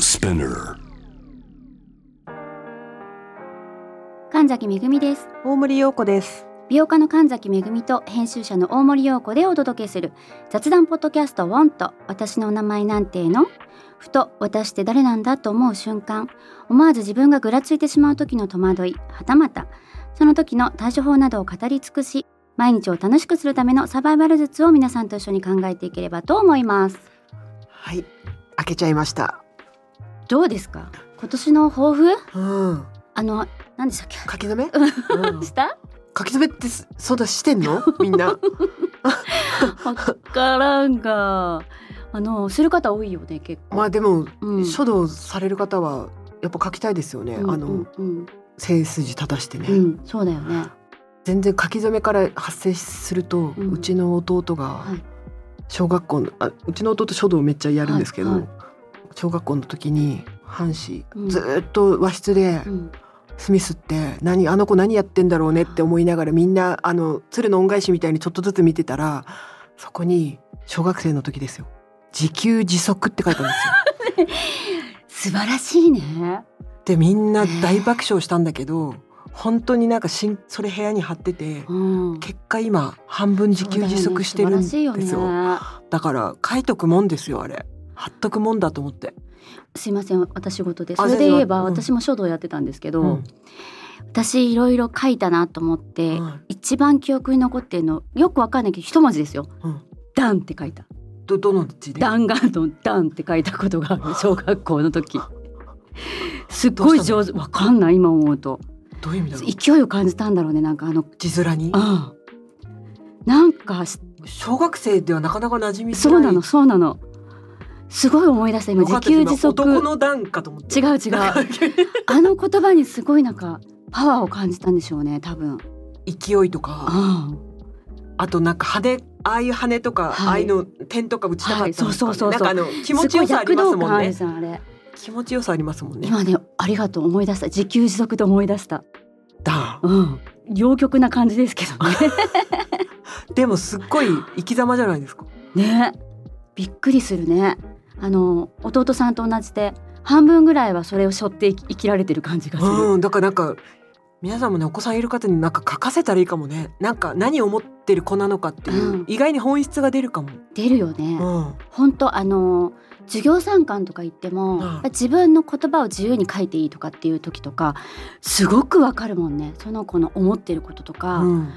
Spinner. 神崎めぐみです大森洋子です。美容家の神崎めぐみと編集者の大森洋子でお届けする雑談ポッドキャスト「ウォンと私のお名前なんて」のふと私って誰なんだと思う瞬間思わず自分がぐらついてしまう時の戸惑いはたまたその時の対処法などを語り尽くし毎日を楽しくするためのサバイバル術を皆さんと一緒に考えていければと思いますはい、開けちゃいました。どうですか今年の抱負うん、あの何でしたっけ書き留め？うう んした書き留めってすそうだしてんの？み んな。わからんがあのする方多いよね結構、まあでも、うん書道される方はやっぱ書きたいですよね。うんあうんのうん背筋正してね。うん、そうだよね。全然書き留めから発生すると、ううんちの弟がはい小学校のあうちの弟書道めっちゃやるんですけど、はいはい小学校の時に半紙、うんずーっと和室で。うん、スミスって何あの子何やってんだろうねって思いながらみんなあの鶴の恩返しみたいにちょっとずつ見てたらそこに小学生の時ですよ自給自足って書いたんですよ素晴らしいね。でみんな大爆笑したんだけど本当になんかしんそれ部屋に貼っててうん。結果今半分自給自足してるんですよそうだね素晴らしいよね。だから書いとくもんですよあれ貼っとくもんだと思って、すいません、私事で。そあれで言えば、全然うん私も書道やってたんですけど、うん私いろいろ書いたなと思って、うん一番記憶に残ってるの、よくわかんないけど、一文字ですよ。うんダンって書いた。どどの字で弾丸のダンって書いたことがあ る、小学校の時。すっごい上手、わかんない、今思うと。どういう意味だろう勢いを感じたんだろうね、なんかあの、字面にああ。なんか小学生ではなかなか馴染みづそうらないのそうなのすごい思い出した今よか自っ給たです自足男の段かと 思って違う違うあの言葉にすごいなんかパワーを感じたんでしょうね多分勢いとかああとなんか羽ああいう羽とはか、いああいうの点とか打ちたかったんですかね、はいそうそうそうそうなんかあのあ気持ちよさありまごい躍動すも感んあるねじゃんあれ気持ちよさありますもんね今ねありがとう思い出した自給自足と思い出しただうん洋曲な感じですけどねでもすっごい生き様じゃないですか ねびっくりするねあの弟さんと同じで半分ぐらいはそれを背負って生き生きられてる感じがする、うんだからなんか皆さんもねお子さんいる方になんか書かせたらいいかもねなんか何を思ってる子なのかっていう、うん意外に本質が出るかも、出るよね、うん、本当あの授業参観とか行っても、うん自分の言葉を自由に書いていいとかっていう時とかすごくわかるもんねその子の思ってることとか、うん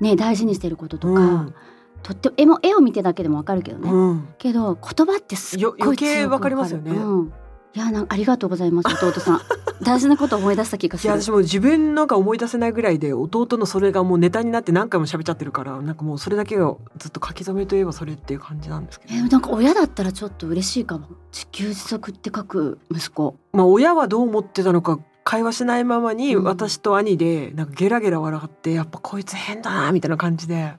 ね大事にしてることとか、うんとっても絵も絵を見てだけでもわかるけどね、うん、けど言葉ってすっごいよ余計強くわかりますよねうんいやなんかありがとうございます弟さん 大事なこと思い出した気がいすやる私もう自分のが思い出せないぐらいで弟のそれがもうネタになって何回も喋っちゃってるからなんかもうそれだけがずっと書き初めといえばそれっていう感じなんですけど、えなんか親だったらちょっと嬉しいかも自給自足って書く息子まあ親はどう思ってたのか会話しないままにうん私と兄でなんかゲラゲラ笑ってやっぱこいつ変だなみたいな感じでいや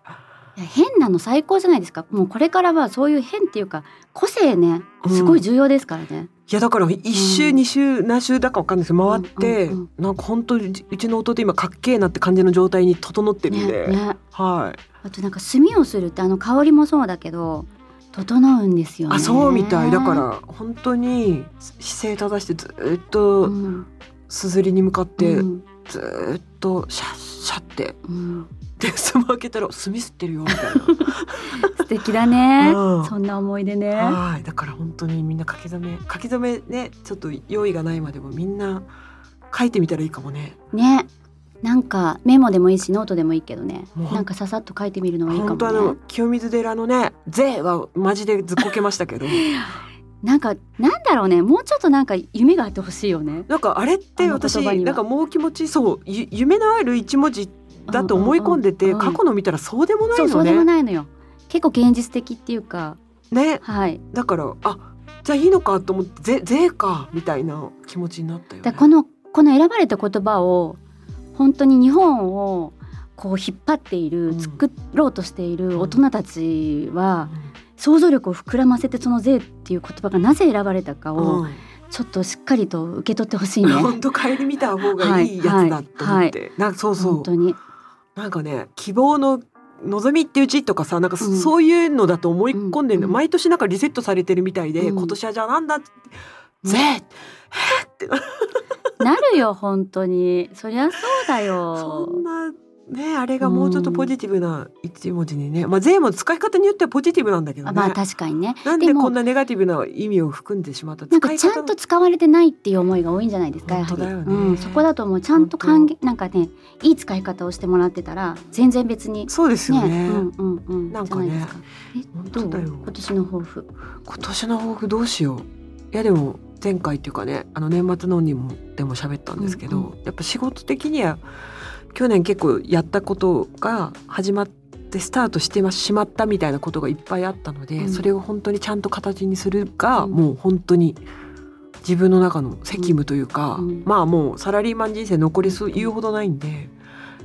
変なの最高じゃないですかもうこれからはそういう変っていうか個性ねうんすごい重要ですからね、いやだから一う周ん二周何周だかわかんないですけど回ってうんうんなんか本当にうちの弟今かっけえなって感じの状態に整ってるんねで、ねはいあとなんか炭をするってあの香りもそうだけど整うんですよねあそうみたいだから本当に姿勢正してずっと、うんすずりに向かってうんずーっとシャッシャッってうんでスマ開けたら「墨吸ってるよ」みたい素敵だねうんそんな思い出ねなはいだから本当にみんな書き初め書き初めねちょっと用意がないまでもみんな書いてみたらいいかもねねなんかメモでもいいしノートでもいいけどねもうなんかささっと書いてみるのはいいか本当あものね清水寺のね「税」はマジでずっこけました けどなんかなんだろうねもうちょっとなんか夢があってほしいよねなんかあれって私あの言葉にはなんかもう気持ちそうゆ夢のある一文字だと思い込んでてうんうんうん過去の見たらそうでもないそうそのうでもねないのよ結構現実的っていうかねはいだからあじゃあいいのかと思って「税」税かみたいな気持ちになったよだかねらこのこの選ばれた言葉を本当に日本をこう引っ張っている、うん作ろうとしている大人たちは、うん想像力を膨らませてその「税」っていう言葉がなぜ選ばれたかをうんちょっとしっかりと受け取ってほしいね。 本当帰り見た方がいいやつだと思って、なんかそうそ本当にうなんかね希望の望みっていう字とかさなんかそ,、ううんいうのだと思い込んでるの、うん毎年なんかリセットされてるみたいで、うん今年はじゃあなんだ「ぜ!」なるよ本当にそりゃそうだよそんなねあれがもうちょっとポジティブな一文字にね、まあ税も使い方によってはポジティブなんだけどあね、まあ確かにねなんででもこんなネガティブな意味を含んでしまったなん使かいちゃん方と使われてないっていう思いが多いんじゃないですかやは本り、当だよねうん、そこだともうちゃんと還元なんかねいい使い方をしてもらってたら全然別にそうですよねうんうんうんなんかねじゃないです本えど当うだよ今年の抱負今年の抱負どうしよういやでも前回っていうかねあの年末のにもでも喋ったんですけど、うんやっぱ仕事的には去年結構やったことが始まってスタートしてしまったみたいなことがいっぱいあったので、うんそれを本当にちゃんと形にするが、うんもう本当に自分の中の責務というか、うんうんまあもうサラリーマン人生残りそう言うほどないんで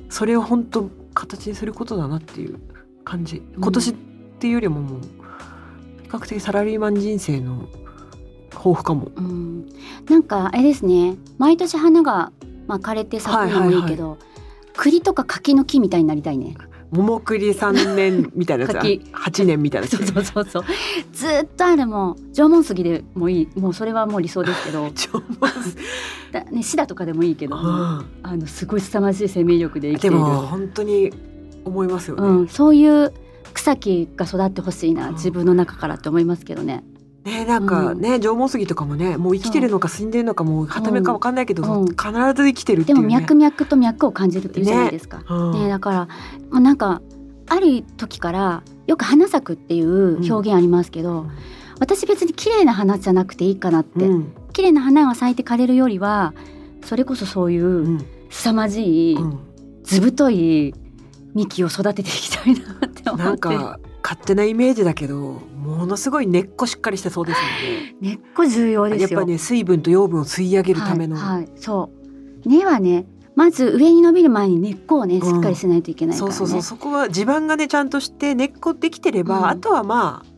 それを本当形にすることだなっていう感じん今年っていうよりももう比較的サラリーマン人生の抱負かも。うんなんかあれですね毎年花が、まあ、枯れて咲くのもいいけど、栗とか柿の木みたいになりたいね。桃栗3年みたいな やつ柿8年みたいなや つそうそうそうそう。ずーっとあるもう縄文杉でもいい、もうそれはもう理想ですけ ど、超だねシダとかでもいいけど、まあのすごい凄まじい生命力で生ずきてでいる。も本当に思いますよね、うん、そういう草木が育ってほしいな、うん自分の中からって思いますけどね。ねなんかね、縄文杉とかもねもう生きてるのか死んでるのかもうはためかわかんないけど、うん必ず生きてるっていでう、もね、脈々と脈を感じるっていうじゃないですか。うんねだからもうなんかある時からよく花咲くっていう表現ありますけど、うん私別に綺麗な花じゃなくていいかなって、うん綺麗な花が咲いて枯れるよりはそれこそそういう凄まじい、うん図太い幹を育てていきたいなって思ってなんか勝手なイメージだけどものすごい根っこしっかりしてそうです根っこ重要よねでやっすよぱね水分と養分を吸い上げるための、はいはい、そう根はねまず上に伸びる前に根っこをねしっかりしないといけないかそらうね、そうそうそこは地盤がねちゃんとして根っこできてれば、うんあとはまあ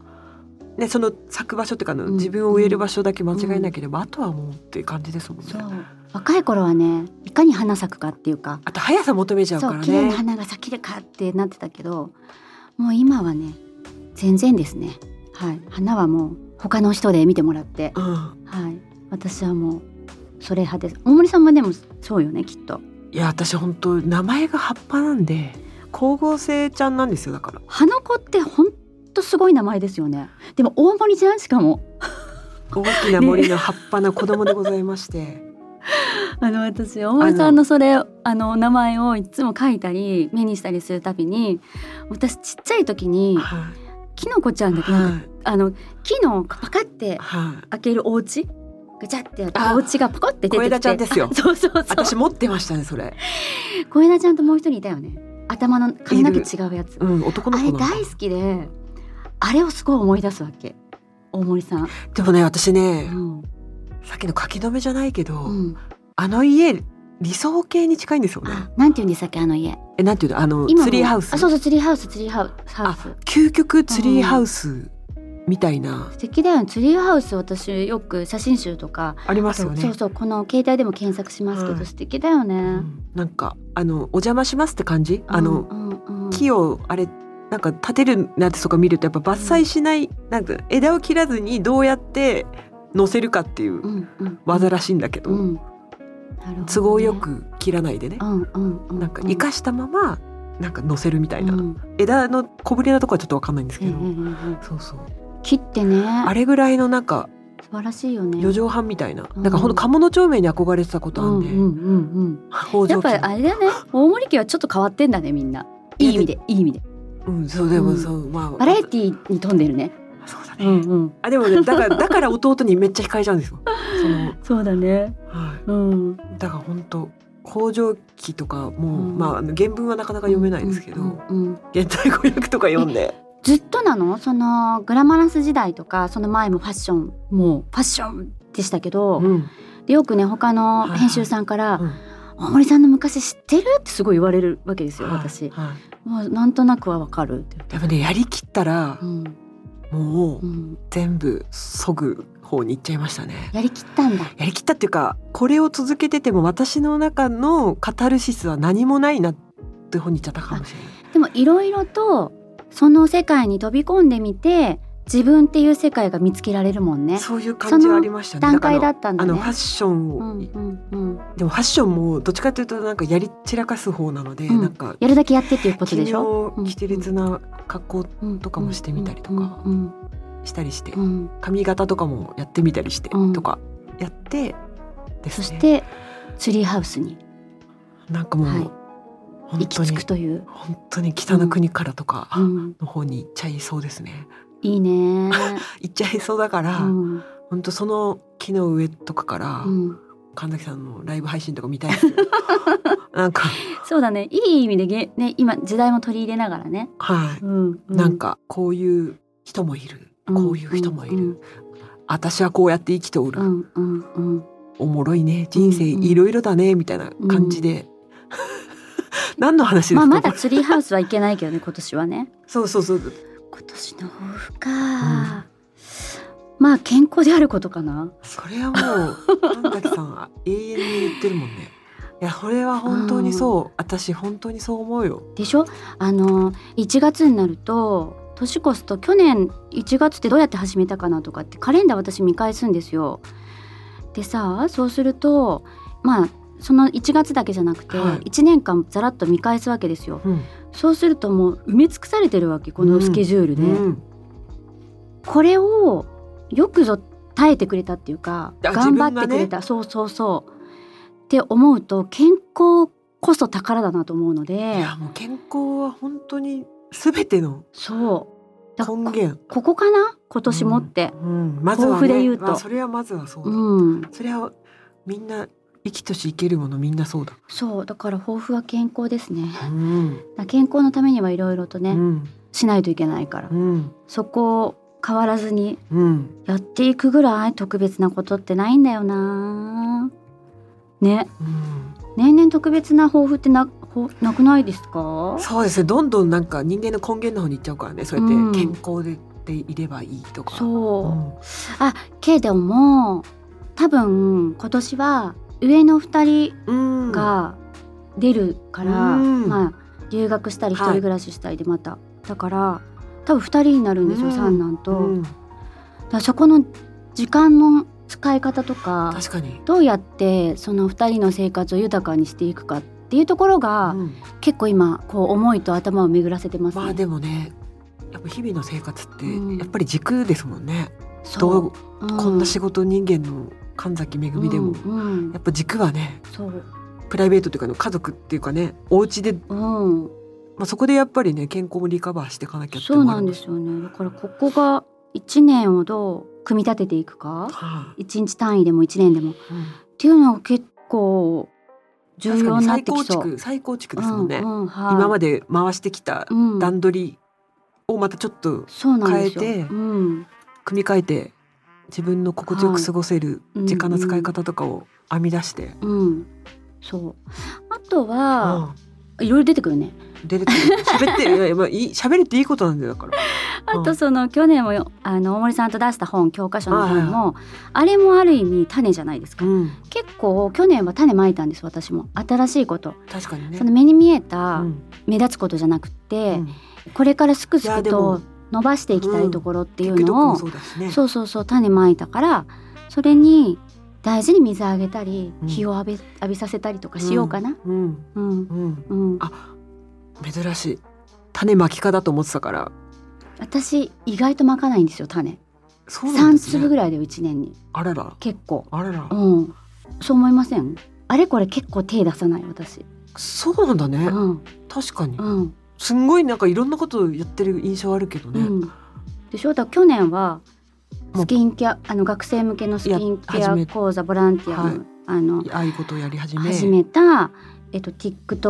ねその咲く場所っていうかあの、うん自分を植える場所だけ間違えなければ、あとはもうっていう感じですもんねそう若い頃はねいかに花咲くかっていうかあと速さ求めちゃうかそうら綺麗ねな花が咲きるかってなってたけどもう今はね全然ですねはい花はもう他の人で見てもらってうん、はい私はもうそれ派です大森さんもでもそうよねきっといや私本当名前が葉っぱなんで光合成ちゃんなんですよだから花子ってほんとすごい名前ですよねでも大森じゃんしかも大きな森の葉っぱの子供でございまして、 あの私大森さんのそれあの名前をいつも書いたり目にしたりするたびに私ちっちゃい時にはきのこちゃんいだけなんかはいあの木のパカってはい開けるお家ガチャってやってあお家がパコって出てきて小枝ちゃんですよあそう そうそう私持ってましたねそれ、小枝ちゃんともう一人いたよね頭の髪の毛違うやつうん、男のあ子れなの大好きであれをすごい思い出すわけ大森さん、でもね私うね、んさっきの書き留めじゃないけど、うん、あの家理想系に近いんですよねあなんて言うんでしたっけあの家えなんていうのあの今もツリーハウスあそうそうツリーハウスツリーハウスハウス究極ツリーハウスみたいな、素敵だよねツリーハウス私よく写真集とかありまあすよとねそうそうこの携帯でも検索しますけど、はい素敵だよね、うんなんかあのお邪魔しますって感じ、あうのんうんうん木をあれなんか立てるなんてとか見るとやっぱ伐採しない、なんか枝を切らずにどうやって乗せるかっていううんうん技らしいんだけど、うんなるほどね都合よく切らないでねう、んうんうんなんか生かしたままなんか乗せるみたいな、うん枝の小ぶりなとこはちょっとわかんないんですえけええど、ええそうそうえ木ってねあれぐらいのなんか素晴らしいよね四畳半みたいな、うんなんかほんと鴨の町名に憧れてたことあうんんで、うんうんうん北やっ条ぱり家あれ だね大森家はちょっと変わってんだねみんないい意味でいい意味でうんそうでもうんそう、まあバラエティーに富んでるねそうだね、うんうんあで もねだからだから弟にめっちゃ惹かれちゃうんですよその、そうだねはうんい、だから本当北条記とかも、うんまああの原文はなかなか読めないですけど、うんうんうん現代語訳とか読んでずっとなのそのグラマラス時代とかその前もファッションもうファッションでしたけど、うんでよくね他のはいはい編集さんからうん「大森さんの昔知ってる?」ってすごい言われるわけですよ私。はいはもうなんとなくはわかるって。いでもねやりきったらう、んもう、うん全部そぐ方に行っちゃいましたねやりきったんだ。やりきったっていうかこれを続けてても私の中のカタルシスは何もないなっていう方に言っちゃったかもしれない。でもいろいろとその世界に飛び込んでみて自分っていう世界が見つけられるもんねそういう感じはありましたね段階だなんかったんあだのあのねファッションを、うんうんうんでもファッションもどっちかというとなんかやり散らかす方なので、うんなんかやるだけやってっていうことでしょ奇妙奇烈な格好とかもしてみたりとかうんしたりして、うんうんうん髪型とかもやってみたりしてうんとかやってですそしね、てツリーハウスになんかもう、はい本行当き着にくという、本当に北の国からとかうん、の方に行っちゃいそうですねいい ね、行っちゃいそうだから、うん本当その木の上とかから、うん、神崎さんのライブ配信とか見たい ですよなんかそうだねいい意味でげね今時代も取り入れながらね、はい、うんうなんかこういう人もいるうんこういう人もいる、うん私はこうやって生きておる、うんうん うんおもろいね人生うんいろいろだねみたいな感じで、 何の話ですまか、あまこだれツリーハウスはいけないけどね今年はねそうそうそう今年の抱負か、まあ健康であることかなそれはもう神崎さんは永遠に言ってるもんねいやそれは本当にそう、私本当にそう思うよでしょあの1月になると年越すと去年1月ってどうやって始めたかなとかってカレンダー私見返すんですよ。でさそうするとまあその1月だけじゃなくてはい1年間ざらっと見返すわけですよ。うん、そうするともう埋め尽くされてるわけこのスケジュールで。うんこれをよくぞ耐えてくれたっていうかあ頑張ってくれた、そうそうそうって思うと健康こそ宝だなと思うのいでやもう健康は本当に全てのそうだ根源、ここかな今年もって、うん、まずは、抱ね、負で言うとまあそれはまずはそううだ、んそれはみんな生きとし生けるものみんなそうだ、そうだから抱負は健康ですねうんだから健康のためにはいろいろとね、うんしないといけないから、うんそこを変わらずにうんやっていくぐらい特別なことってないんだよなねうん年々特別な抱負ってなほなくないですかそうですねどんどんなんか人間の根源の方に行っちゃうからねそうやってうん健康で,、いればいいとかそう、うんあけども多分今年は上の2うん人が出るから、うんまあ、留学したり一はい人暮らししたりでまた、だから多分2人になるんですよ、うん三男と。うんだからそこの時間の使い方とか確かに、どうやってその2人の生活を豊かにしていくかっていうところが、うん結構今こう思いと頭を巡らせてますね。まあでもねやっぱ日々の生活ってうんやっぱり軸ですもんね、そどうううんこんな仕事人間の神崎めぐみでも、うんうんやっぱ軸はねそう、プライベートというかね家族っていうかねお家で、まうん、あ、そこでやっぱりね健康もリカバーしていかなきゃって、そうなんですすよねだからここが1年をどう組み立てていくかは1日単位でも1年でもっあうんていうのが結構重確要かにになっ再てき構そう。築再構築ですもんね、うんうんはい、今まで回してきたうん段取りをまたちょっとそうなんですよ変えてうん組み替えて自分の心地よく過ごせるはい時間の使い方とかを編み出して、うん、そうあとうは、んいろいろ出てくるね出れてる喋ってるいやいやまあいい喋るっていいことなんだよだから。 あうとんその去年もよあの大森さんと出した本教科書の本はもあれもある意味種じゃないですかうん、結構去年は種まいたんです私も新しいこと確かにねその。目に見えうたん目立つことじゃなくうて、んこれからすくいすやくでもと伸ばしていきたいところっていう TikTok のを、もそうだしね。そうそうそう種まいたからそれに大事に水あげたり、うん日を浴び浴びさせたりとかしようかな。ううんんうんうん、あ珍しい種まきかだと思ってたから私意外とまかないんですよ種そうな三、んです粒ね。ぐらいで1年にあらら結構、あらら、うん、そう思いませんあれこれ結構手出さない私、そうなんだね、うん確かにうんすんごいなんかいろんなことやってる印象あるけどうね。ん、でしょだから去年はもうスキンケアあの学生向けのスキンケや始アめ講座ボランティアの,、はいあのああいうことをやり始め始めた、えっと、TikTok、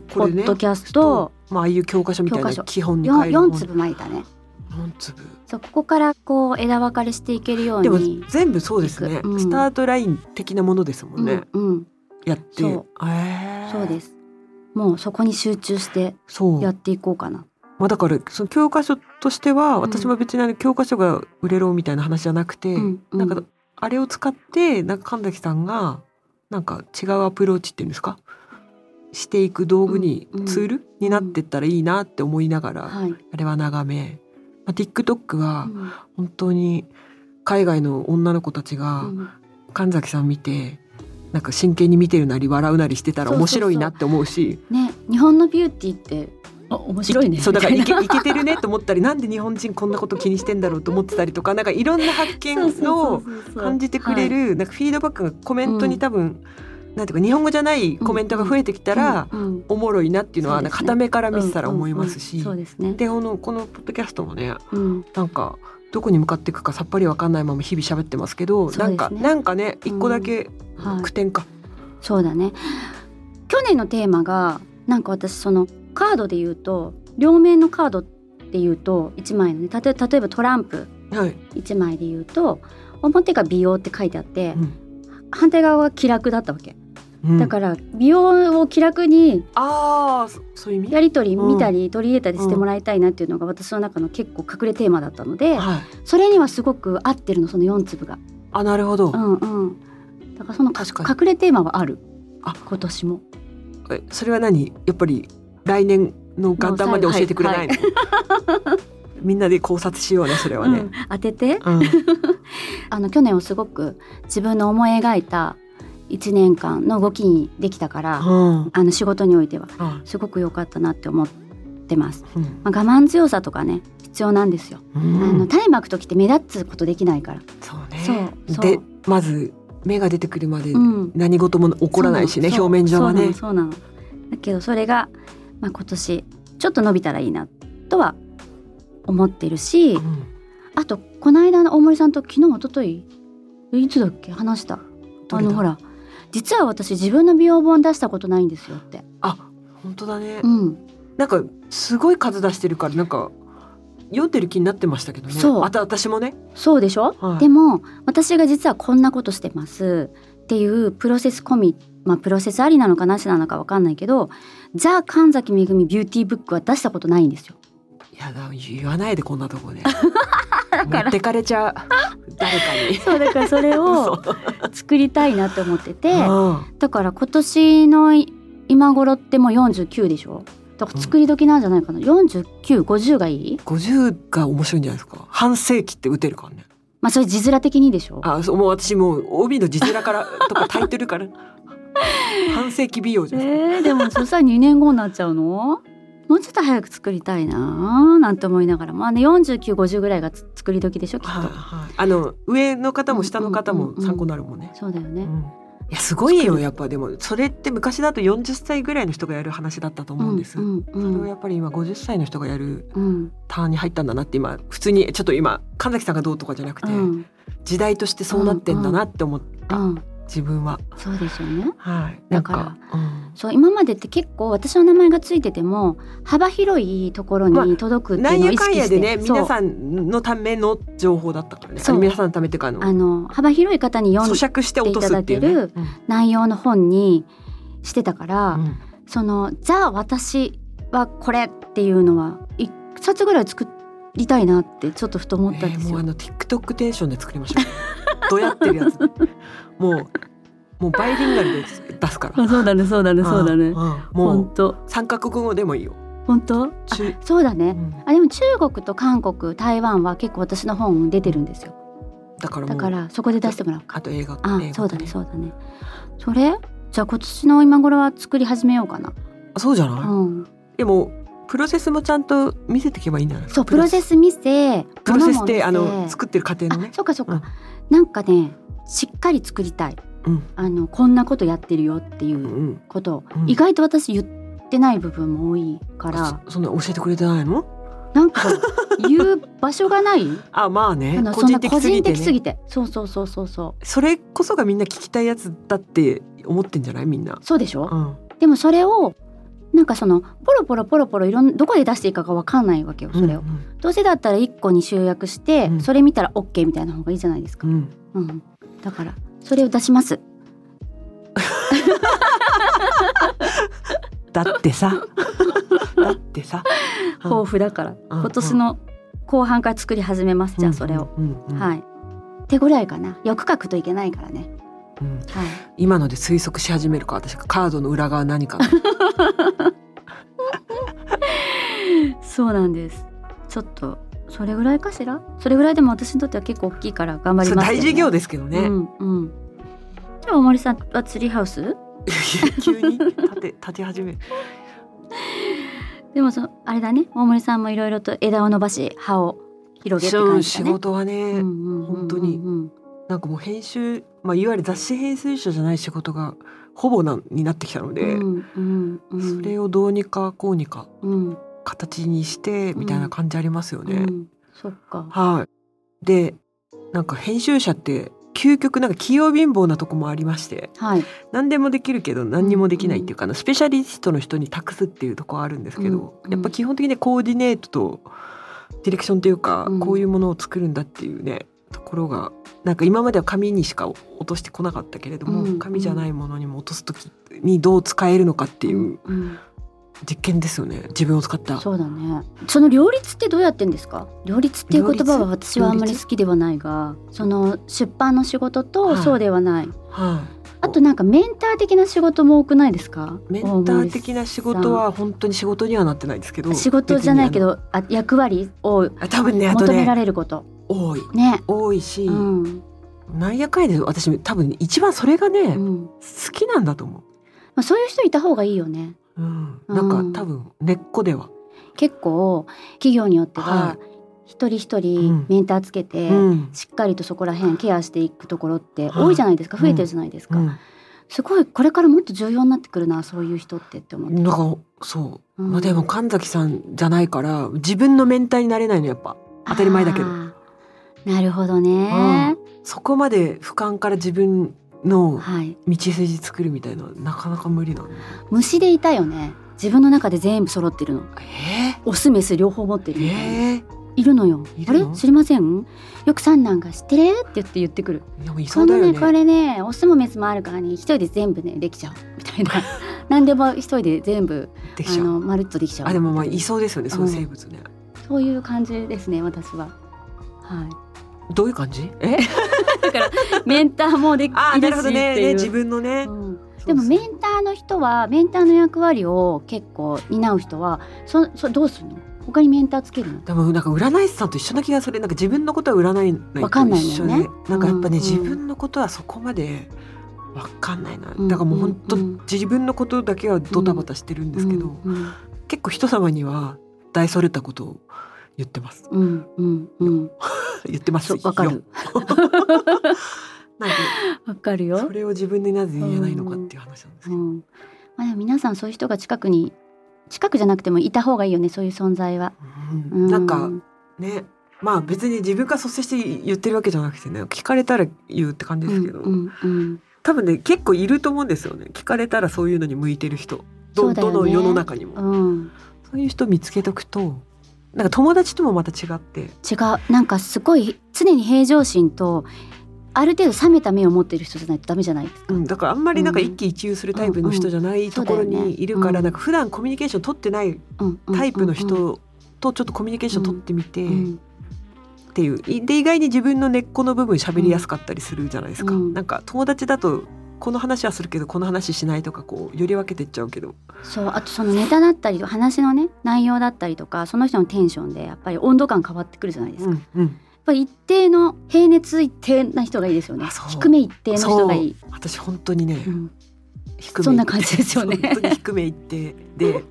ポこれねッドキャスト、まあああいう教科書みたい教な科書基本に変え四る四もの粒まいたね。四粒そうここからこう枝分かれしていけるようでもに。全部そうですね、行くうんスタートライン的なものですもんね、うん、うん、やってそえうえそうですす。もうそこに集中してそうやっていこうかな。まあだからその教科書としてはん私も別にあの教科書が売れろみたいな話じゃなくて、うんうんなんかあれを使ってなんか神崎さんがなんか違うアプローチっていうんですかしていく道具に、うんうんツールになってったらいいなって思いながら、はい。あれは眺めあ、TikTok はうん本当に海外の女の子たちうがん神崎さん見てなんか真剣に見てるなり笑うなりしてたらそうそ面うそう白いなって思うしね日本のビューティーってあ面白いねそうだからみいたけいないけてるねと思ったりなんで日本人こんなこと気にしてんだろうと思ってたりとかなんかいろんな発見そうそうそをうそう感じてくれはいるなんかフィードバックがコメントに多分、なんていうか日本語じゃないコメントが増えてきたら、うんうんおもろいなっていうのはそうなんですかね片目から見てたら思いますし、うんうんうんそうですねでこのこのポッドキャストもねうんなんかどこに向かっていくかさっぱりわかんないまま日々喋ってますけどそうなですんねかなんかね一個だけはい苦点か、そうだね去年のテーマがなんか私そのカードで言うと両面のカードっていうと1枚のねたと例えばトランプはい1枚で言うと表が美容って書いてあって、うん反対側は気楽だったわけ、うんだから美容を気楽にああそそういう意味やり取り見たり取り入れたりしてもらいたいなっていうのが私の中の結構隠れテーマだったので、はい、それにはすごく合ってるのその4粒が。あなるほど、うんうん、だからそのか確か隠れテーマはあるあ今年も。えそれは何やっぱり来年の元旦まで教えてくれないの、 みんなで考察しようねそれはうねん、当ててうん、あの去年をすごく自分の思い描いた1年間の動きにできたから、うんあの仕事においてはあすごく良かったなって思ってます。うんまあ、我慢強さとかね必要なんですよ。あうのん種まく時って目立つことできないから。そうそねうそうでまず芽が出てくるまでうん何事も起こらないしね、そう表面上はねそうなのそうなのだけどそれが、まあ、今年ちょっと伸びたらいいなとは思ってるし、うんあとこの間の大森さんと昨日一昨日えいつだっけ話したどあれだのほら実は私自分の美容本出したことないんですよって、あ本当だね、うん、なんかすごい数出してるからなんか読んでる気になってましたけどねそうあた私もね、そうでしょ、はいでも私が実はこんなことしてますっていうプロセス込みまあプロセスありなのかなしなのかわかんないけどザ・神崎めぐみビューティーブックは出したことないんですよ。いやだ言わないでこんなとこで持ってかれちゃう誰か にそうだからそれ を嘘作りたいなって思って てうんだから今年のい今頃ってもう49でしょだから作り時なんじゃないかな、4950がいい50が面白いんじゃないですか半世紀って打てるからねまあそれ字面的にでしょあそうもう私もう帯の字面からとかタイトルから 半世紀美容じえゃないですか、ー、でもそしたら2年後になっちゃうのもうちょっと早く作りたいなーなんて思いながらまあね4950ぐらいがつ作り時でしょきっはいとはいあの上の方も下の方うんうんうんうもん参考になるもんね、そうだようね、んいやすごいよやっぱでもそれって昔だと40歳ぐらいの人がやる話だったと思うんです、うんうそれをんやっぱり今50歳の人がやるうんターンに入ったんだなって今普通にちょっと今神崎さんがどうとかじゃなくて、うん時代としてそうなってんだなって思っうた、ん自分は。そうですよねはい、だなんからか、うんそう今までって結構私の名前がついてても幅広いところまあに届くってないうのをんや意かん識やしでて、ねそう皆さんのための情報だったからねそうあの皆さんのためっていうかあのあの幅広い方に読咀ん嚼して落とすっていうね。読んでい内容の本にしてたから、うんうんその「ザ・私はこれ」っていうのは一冊ぐらい作りたいなってちょっとふと思ったんえでーすもうよ。 あの TikTok テンションで作りましょう どやってるやつもうもうバイリンガルで出すからそうだねそうだねんんもう当三カ国語でもいいよ本当中そうだね。うんあでも中国と韓国台湾は結構私の本出てるんですよだからもだうからそこで出してもらおうかあと映画あ映画そうだねそうだねそれじゃあ今年の今頃は作り始めようかな、あそうじゃない、うん、でもプロセスもちゃんと見せていけばいいんじゃないそうプロセスス見せプロセスっもてあのも見のせ作ってる過程のねあそうかそうか、うんなんかねしっかり作りたい、うんあのこんなことやってるよっていううんことを、うん意外と私言ってない部分も多いからそそんな教えてくれてないのなんか言う場所が ないあまあねあの個そん人な的個すぎ人て的すねぎてそうそうそうそうそそれこそがみんな聞きたいやつだって思ってんじゃないみんなうそうでしょ、うんでもそれをなんかそのポロポロポロポロいろんなどこで出していいかがわかんないわけよそれを、うんどうせだったら1個に集約して、うんそれ見たら OK みたいな方がいいじゃないですかう、んうん、だからそれを出しますだっ てさだってさ豊富だから、うん今年の後半から作り始めますじゃあそれを、、うんうんうんうんはい手ぐらいかな欲書くといけないからねうんはい 今ので推測し始めるか私がカードの裏側 何かそうなんですちょっとそれぐらいかしらそれぐらいでも私にとっては結構大きいから頑張りそれますよ、ね、大事業ですけどね、うんうんでも大森さんはツリーハウス 急に立て立ち 始めでもそのあれだね大森さんもいろいろと枝を伸ばし葉を広げてそ感うじ仕だね事はね、うんうんうんうんうん本当になんかもう編集、まあ、いわゆる雑誌編集者じゃない仕事がほぼなんになってきたので、うんうんうんそれをどうにかこうにかうん形にしてみたいな感じありますよね。うんそっかはい。で、なんか編集者って究極なんか器用貧乏なとこもありまして、はい何でもできるけど何にもできないっていうかな、スペシャリストの人に託すっていうとこはあるんですけど、うんやっぱ基本的にコーディネートとディレクションというか、うんこういうものを作るんだっていうねところがなんか今までは紙にしか落としてこなかったけれども、うん紙じゃないものにも落とす時にどう使えるのかっていううん実験ですよね自分を使った。そうだねその両立ってどうやってんですか両立っていう言葉は私はあんまり好きではないがその出版の仕事とはいそうではない、はいあとなんかメンター的な仕事も多くないですかメンター大森的な仕事は本当に仕事にはなってないですけどさん仕事じゃないけどあ役割を別にあのあ多分ねあと求めらねれること多いね多いし、うんなんやかんやで私多分一番それがね、う好んきなんだと思まあ、そういう人いた方がいいよねう、うん、うんなんか、多分根っこでは、結構企業によってははい一人一う人んメンターつけて、うんしっかりとそこら辺ケアしていくところってはい多いじゃないですか、うん増えてるじゃないですうか、ん、すごいこれからもっと重要になってくるなそういう人ってって思ってだからそう、うんまあ、でも神崎さんじゃないから自分のメンターになれないのやっぱ当たり前だけどあーなるほどね、そこまで俯瞰から自分のはい道筋作るみたいなのはなかなか無理なんだ虫でいたよね自分の中で全部揃ってるのえオスメス両方持ってー、るみたいな、えいるのよいるのあれ知りませんよく三男が知ってるって言って言ってくるー、でもいそこうだのよねねこれねオスもメスもあるからね一人で全部ねできちゃうみたい な何でも一人で全部できあちゃうのまるっとできちゃうあでもまあいそうですよね、そういううん生物ね。そういう感じですね私ははどういう感じ？ いえ？だから メンターもできあいーいなでるほすどしっねてねいう自分のね。うんそうでもそうメンターの人はメンターの役割を結構担う人はそそどうするの他にメンターつけるのでもなんか占い師さんと一緒な気がするなんか自分のことは占いないわかんないのよ一緒でねなんかやっぱね、うん自分のことはそこまでわかんないな、うんだからもう本当、うん自分のことだけはドタバタしてるんですけど、うん結構人様には大それたことを言ってます うんうんうん言ってますそうよわ かるなんかわかるそよ、れを自分でなぜ言えないのかっていう話なんですけうど、んまあ、でも皆さんそういう人が近くに近くじゃなくてもいた方がいいよねそういう存在は、ううんん、なんかねまあ別に自分から率先して言ってるわけじゃなくてね聞かれたら言うって感じですけど、うんうんうん多分ね結構いると思うんですよね聞かれたらそういうのに向いてる人ど,、そうだよどねの世の中にも、うん、そういう人見つけとくとなんか友達ともまた違って違うなんかすごい常に平常心とある程度冷めた目を持っている人じゃないとダメじゃないですか、うん、だからあんまりなんか一喜一憂するタイプの人じゃないところうんうんにいるかそうだよねうんらなんか普段コミュニケーション取ってないうんうんタイプのうん人とちょっとコミュニケーション取ってみてうっんていうで意外に自分の根っこの部分喋りやすかったりするじゃないですか、うんなんか友達だとこの話はするけどこの話しないとかこうより分けていっちゃうけどそうあとそのネタだったりと話のね内容だったりとかその人のテンションでやっぱり温度感変わってくるじゃないですか、やっんうんぱり一定の平熱一定な人がいいですよねあそう低め一定の人がいい、私本当にね、うん低めそんな感じです よね本当に低めいってで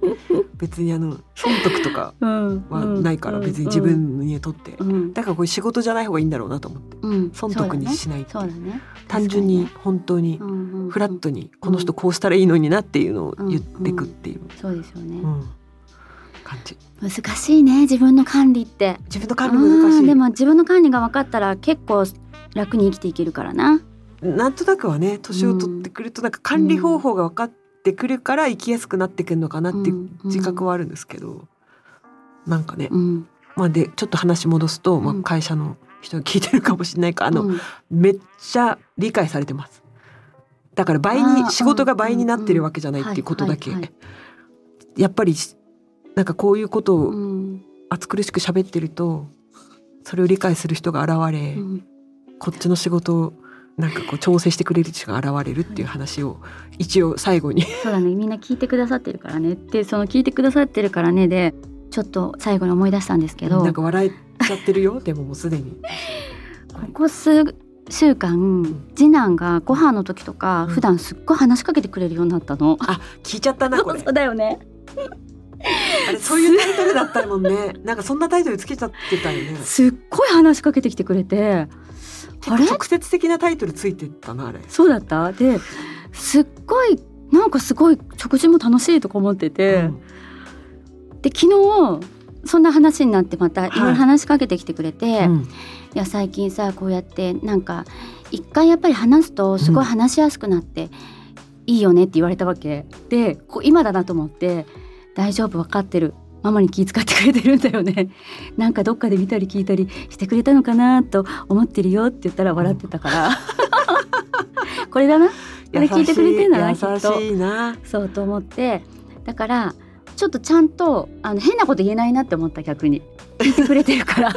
別にあの損得とかうんはないから別に自分にとって、うんだからこれ仕事じゃない方がいいんだろうなと思ってうん損得にしないっていそううだね単純に本当にそうだねうんうんうんフラットにこの人こうしたらいいのになっていうのを言ってくっていう、そうですよね、うん感じ難しいね自分の管理って自分の管理難うしんいでも自分の管理が分かったら結構楽に生きていけるからななんとなくはね年を取ってくるとなんか管理方法が分かってくるから生きやすくなってくるのかなっていう自覚はあるんですけどなんかねうんまあ、でちょっと話戻すと、まあう、ん会社の人が聞いてるかもしれないからあの、うんめっちゃ理解されてますだから倍あーに仕事が倍になってうるんわけじゃないっていうことだけ、はいはいやっぱりしなんかこういうことうをん暑苦しく喋ってるとそれを理解する人が現れ、うんこっちの仕事をなんかこう調整してくれる人が現れるっていう話を一応最後にそうだねみんな聞いてくださって るからねってその聞いてくださってるからねでちょっと最後に思い出したんですけどなんか笑しちゃってるよでももうすでにここ数週間次男がご飯の時とか、うん普段すっごい話しかけてくれるようになったの。あ聞いちゃったなこれそうだよね。あれ そういうタイトルだったもん ねなんかそんなタイトルつけちゃってたよねすっごい話しかけてきてくれてあれ直接的なタイトルついてったなあれそうだったですっごいなんかすごい食事も楽しいとか思ってて、うんで昨日そんな話になってまたいろいろ話しかけてきてくれて、ういんや最近さこうやってなんか一回やっぱり話すとすごい話しやすくなって、いいよねって言われたわけでこう今だなと思って大丈夫わかってるママに気遣ってくれてるんだよね なんかどっかで見たり聞いたりしてくれたのかなと思ってるよって言ったら笑ってたから、 これだなこれ聞いてくれてんだな優きっとしい優しいなそうと思ってだからちょっとちゃんとあの変なこと言えないなって思った逆に聞いてくれてるから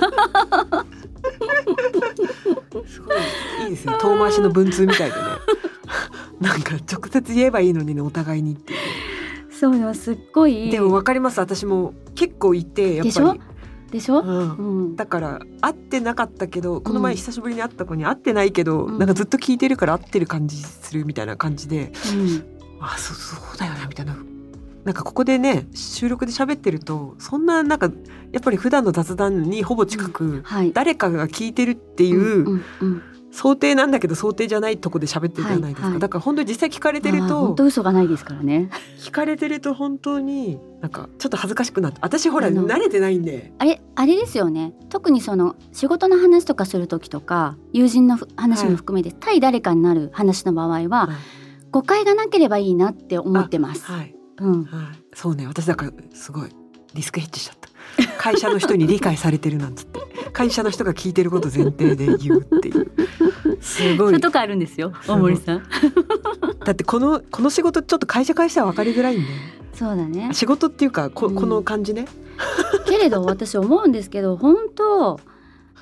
すごいいいですね遠回しの文通みたいでね なんか直接言えばいいのにねお互いにっていうそうよすっごいでもわかります私も結構いてやっでしぱょりでしょ、ううんん、だから会ってなかったけどこのう前ん久しぶりに会った子に会ってないけど、うんなんかずっと聞いてるから会ってる感じするみたいな感じで、うんあそうそうだよなみたいななんかここでね収録で喋ってるとそんななんかやっぱり普段の雑談にほぼ近く、はい誰かが聞いてるっていうんううんうん想定なんだけど想定じゃないとこで喋ってるじゃないですか、はいはいだから本当に実際聞かれてるあー本と当嘘がないですからね聞かれてると本当になんかちょっと恥ずかしくなって私ほらあの慣れてないんであれあれですよね特にその仕事の話とかする時とか友人のふ話も含めて、対誰かになる話の場合は、はい誤解がなければいいなって思ってます、はいうん、はい、そうね私だからすごいリスクヘッジしちゃった会社の人に理解されてるなんつって会社の人が聞いてること前提で言うっていうすそごういいうとこあるんですよすご大い森さんだってこのこの仕事ちょっと会社会社は分かりづらいんで そうだね仕事っていうかこうんこの感じね、けれど私思うんですけど本当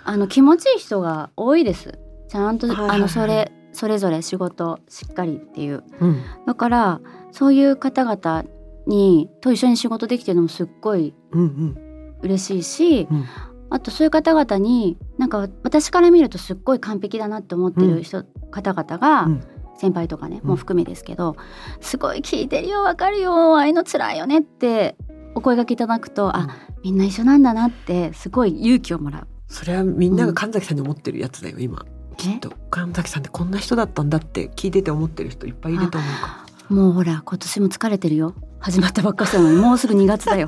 あの気持ちいい人が多いですちゃんと、はいはいはいあのそれそれぞれ仕事しっかりっていううんだからそういう方々にと一緒に仕事できてるのもすっごいうんうん嬉しいしうんあとそういう方々になんか私から見るとすっごい完璧だなって思ってる人、方々が、うん先輩とかねうんもう含めですけど、すごい聞いてるよわかるよああいうの辛いよねってお声がけいただくと、あみんな一緒なんだなってすごい勇気をもらう。それはみんなが神崎さんに思ってるやつだよ今きねっと神崎さんってこんな人だったんだって聞いてて思ってる人いっぱいいると思うからもうほら今年も疲れてるよ始まったばっかしなのにもうすぐ2月だ よ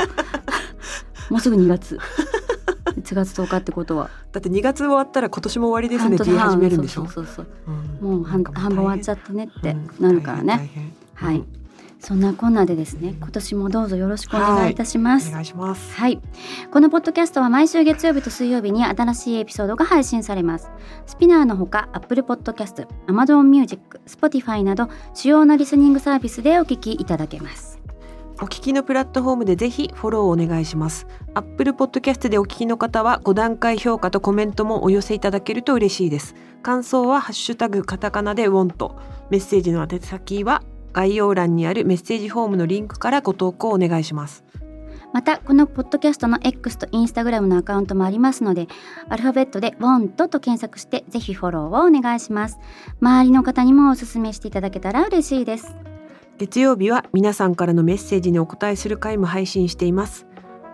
もうすぐ2月1月10日ってことはだって2月終わったら今年も終わりですねって言い半始めるんでしそょうそうそううんもう半なんか半分終わっちゃっったねってなるからね、はいそんなこんなでですね今年もどうぞよろしくお願いいたしますお願いします。はい。このポッドキャストは毎週月曜日と水曜日に新しいエピソードが配信されます。スピナーのほか Apple Podcast、Amazon Music、Spotify など主要なリスニングサービスでお聞きいただけます。お聞きのプラットフォームでぜひフォローお願いします。Apple Podcast でお聞きの方は5段階評価とコメントもお寄せいただけると嬉しいです。感想はハッシュタグカタカナでウォント。メッセージの宛先は概要欄にあるメッセージフォームのリンクからご投稿お願いします。また、このポッドキャストの X と Instagram のアカウントもありますので、アルファベットで WANT と検索してぜひフォローをお願いします。周りの方にもお勧めしていただけたら嬉しいです。月曜日は皆さんからのメッセージにお答えする回も配信しています。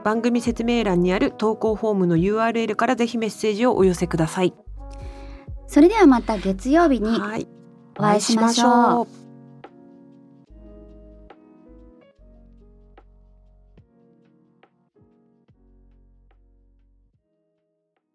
番組説明欄にある投稿フォームの URL からぜひメッセージをお寄せください。それではまた月曜日にはい、お会いしましょうう。